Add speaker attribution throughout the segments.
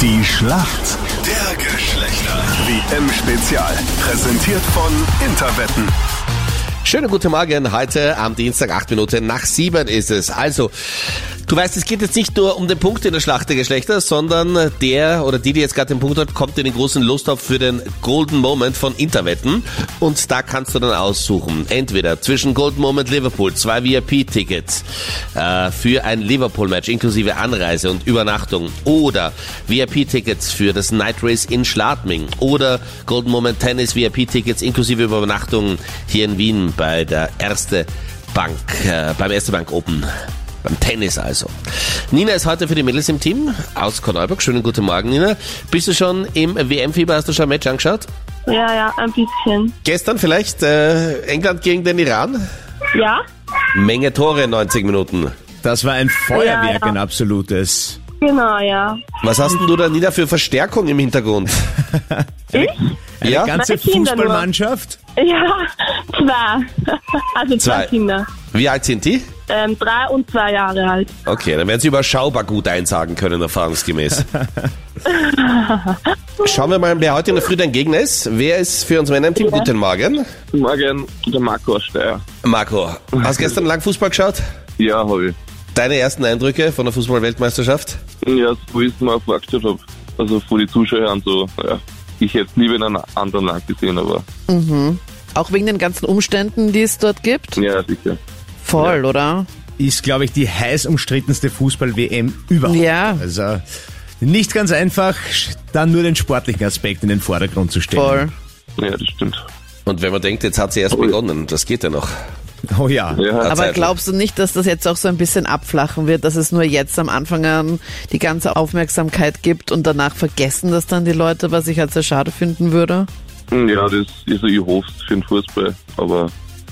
Speaker 1: Die Schlacht der Geschlechter. WM-Spezial. Präsentiert von Interwetten.
Speaker 2: Schönen guten Morgen. Heute am Dienstag, acht Minuten nach sieben ist es. Also, du weißt, es geht jetzt nicht nur um den Punkt in der Schlacht der Geschlechter, sondern der oder die, die jetzt gerade den Punkt hat, kommt in den großen Lostopf für den Golden Moment von Interwetten. Und da kannst du dann aussuchen. Entweder zwischen Golden Moment Liverpool, zwei VIP-Tickets äh, für ein Liverpool-Match inklusive Anreise und Übernachtung oder VIP-Tickets für das Night Race in Schladming oder Golden Moment Tennis VIP-Tickets inklusive Übernachtung hier in Wien bei der Erste Bank, äh, beim Erste Bank Open. Beim Tennis also. Nina ist heute für die Mädels im Team aus Korneuburg. Schönen guten Morgen, Nina. Bist du schon im WM-Fieber? Hast du schon ein Match angeschaut?
Speaker 3: Ja, ja, ein bisschen.
Speaker 2: Gestern vielleicht äh, England gegen den Iran?
Speaker 3: Ja?
Speaker 2: Menge Tore in 90 Minuten.
Speaker 4: Das war ein Feuerwerk,
Speaker 3: Ja, ja.
Speaker 4: ein absolutes.
Speaker 3: Genau, ja.
Speaker 2: Was hast denn du da, Nina, für Verstärkung im Hintergrund?
Speaker 3: Ich?
Speaker 4: Eine
Speaker 2: Ja?
Speaker 4: ganze
Speaker 3: Meine Kinder nur.
Speaker 4: Fußballmannschaft.
Speaker 3: Ja, zwei. Also zwei,
Speaker 2: Zwei.
Speaker 3: Kinder.
Speaker 2: Wie alt sind die?
Speaker 3: Ähm, drei und zwei Jahre alt.
Speaker 2: Okay, dann werden sie überschaubar gut einsagen können, erfahrungsgemäß. Schauen wir mal, wer heute in der Früh dein Gegner ist. Wer ist für uns Männer im Team? Guten Morgen.
Speaker 5: Guten Morgen, der Marco Steier.
Speaker 2: Marco, hast gestern lang Fußball geschaut?
Speaker 5: Ja, hab ich.
Speaker 2: Deine ersten Eindrücke von der Fußball-Weltmeisterschaft?
Speaker 5: Ja, so wie ich es mir auch vorgestellt hab. Also von den Zuschauern so, ja. Ich hätte es lieber in einem anderen Land gesehen, aber
Speaker 6: Auch wegen den ganzen Umständen, die es dort gibt?
Speaker 5: ja, sicher.
Speaker 6: Voll, oder?
Speaker 4: Ist, glaube ich, die heiß umstrittenste Fußball-WM überhaupt.
Speaker 6: Ja.
Speaker 4: Also nicht ganz einfach, sch- dann nur den sportlichen Aspekt in den Vordergrund zu stellen.
Speaker 6: Voll.
Speaker 5: Ja, das stimmt.
Speaker 2: Und wenn man denkt, jetzt hat sie erst begonnen, das geht ja noch.
Speaker 4: Oh ja.
Speaker 5: Ja,
Speaker 6: Aber
Speaker 2: Zeitl.
Speaker 6: glaubst du nicht, dass das jetzt auch so ein bisschen abflachen wird, dass es nur jetzt am Anfang an die ganze Aufmerksamkeit gibt und danach vergessen das dann die Leute, was ich halt sehr schade finden würde?
Speaker 5: ja das ist so, ich hoffe für den Fußball, aber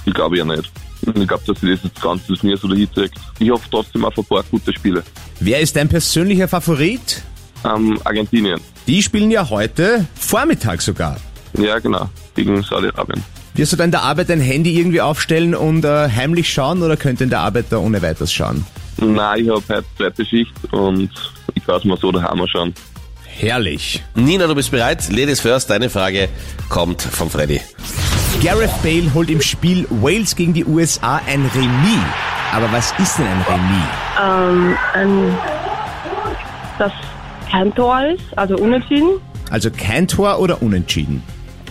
Speaker 5: ich glaube ja nicht. Ich glaube, dass sie das jetzt ganz das nie so dahin zeigt. Ich hoffe trotzdem auf ein paar gute Spiele.
Speaker 4: Wer ist dein persönlicher Favorit?
Speaker 5: Ähm, Argentinien.
Speaker 4: Die spielen ja heute Vormittag sogar.
Speaker 5: Ja, genau. Gegen Saudi-Arabien.
Speaker 4: Wirst du da in der Arbeit dein Handy irgendwie aufstellen und äh, heimlich schauen oder könnt ihr in der Arbeit da ohne weiteres schauen?
Speaker 5: Nein, ich hab heute zweite Schicht und ich werde mal so daheim anschauen.
Speaker 4: Herrlich.
Speaker 2: Nina, du bist bereit? Ladies first, deine Frage kommt von Freddy.
Speaker 4: Gareth Bale holt im Spiel Wales gegen die USA ein Remis. Aber was ist denn ein Remis?
Speaker 3: Ähm, ähm, das kein Tor ist, also unentschieden.
Speaker 4: Also kein Tor oder unentschieden?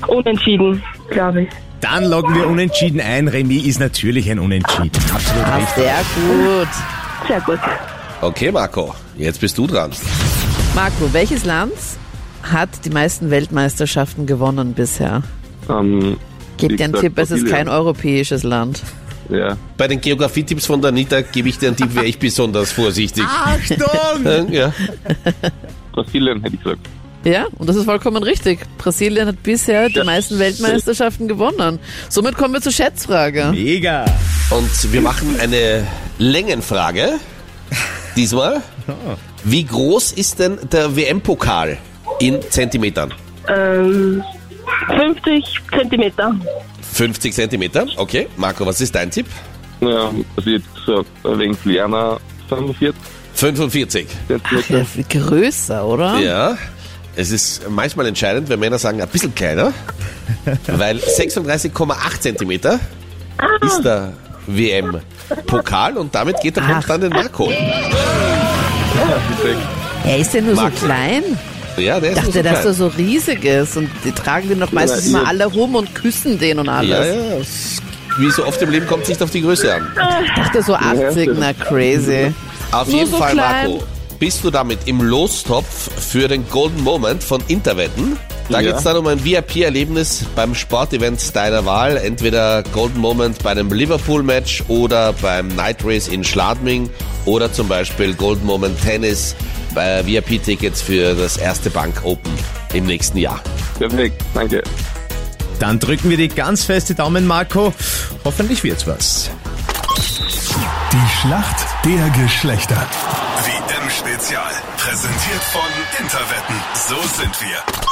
Speaker 3: Unentschieden, glaube ich.
Speaker 4: Dann loggen wir unentschieden ein. Remis ist natürlich ein Unentschieden. Ah, Absolut richtig.
Speaker 6: Sehr gut.
Speaker 3: Sehr gut.
Speaker 2: Okay, Marco, jetzt bist du dran.
Speaker 6: Marco, welches Land hat die meisten Weltmeisterschaften gewonnen bisher?
Speaker 5: Ähm,
Speaker 6: Gebt
Speaker 5: ich
Speaker 6: dir einen
Speaker 5: sag
Speaker 6: Tipp, es ist kein
Speaker 5: Brasilien.
Speaker 6: europäisches Land.
Speaker 5: Ja.
Speaker 2: Bei den Geografietipps von der Nita gebe ich dir einen Tipp, wäre ich besonders vorsichtig.
Speaker 4: Ah. Achtung!
Speaker 2: Äh, Ja.
Speaker 5: Brasilien hätte ich gesagt.
Speaker 6: Ja, und das ist vollkommen richtig. Brasilien hat bisher die
Speaker 5: Ja.
Speaker 6: meisten Weltmeisterschaften gewonnen. Somit kommen wir zur Schätzfrage.
Speaker 4: Mega.
Speaker 2: Und wir machen eine Längenfrage. Diesmal. Wie groß ist denn der WM-Pokal in Zentimetern?
Speaker 3: Ähm, 50 Zentimeter.
Speaker 2: 50 Zentimeter? Okay. Marco, was ist dein Tipp?
Speaker 5: Ja, also jetzt gesagt, ein wenig kleiner, 45
Speaker 2: 45.
Speaker 6: Ja,
Speaker 5: Zentimeter.
Speaker 6: viel größer, oder?
Speaker 2: Ja. Es ist manchmal entscheidend, wenn Männer sagen, ein bisschen kleiner. Weil 36,8 Zentimeter
Speaker 6: Ah.
Speaker 2: ist der WM-Pokal und damit geht der Punkt an den Marco.
Speaker 6: Er ist ja nur
Speaker 2: Magst du?
Speaker 6: so klein.
Speaker 2: Ja, der ist
Speaker 6: Ich
Speaker 2: nur so
Speaker 6: dachte, dass
Speaker 2: klein.
Speaker 6: er so riesig ist. Und die tragen den doch meistens
Speaker 5: Ja,
Speaker 6: immer
Speaker 5: ja.
Speaker 6: alle rum und küssen den und alles.
Speaker 2: Ja, ja. es- Wie so oft im Leben kommt es nicht auf die Größe an.
Speaker 6: Ich dachte so 80, na crazy.
Speaker 2: Auf
Speaker 6: Nur
Speaker 2: jeden
Speaker 6: so
Speaker 2: Fall,
Speaker 6: klein.
Speaker 2: Marco, bist du damit im Lostopf für den Golden Moment von Interwetten. Da
Speaker 5: Ja.
Speaker 2: geht's dann um ein VIP-Erlebnis beim Sportevent deiner Wahl. Entweder Golden Moment bei einem Liverpool-Match oder beim Night Race in Schladming oder zum Beispiel Golden Moment Tennis äh, bei VIP-Tickets für das erste Bank Open im nächsten Jahr.
Speaker 5: Perfekt, danke.
Speaker 4: Dann drücken wir die ganz fest die Daumen, Marco. Hoffentlich wird's was.
Speaker 1: Die Schlacht der Geschlechter. WM-Spezial. Präsentiert von Interwetten. So sind wir.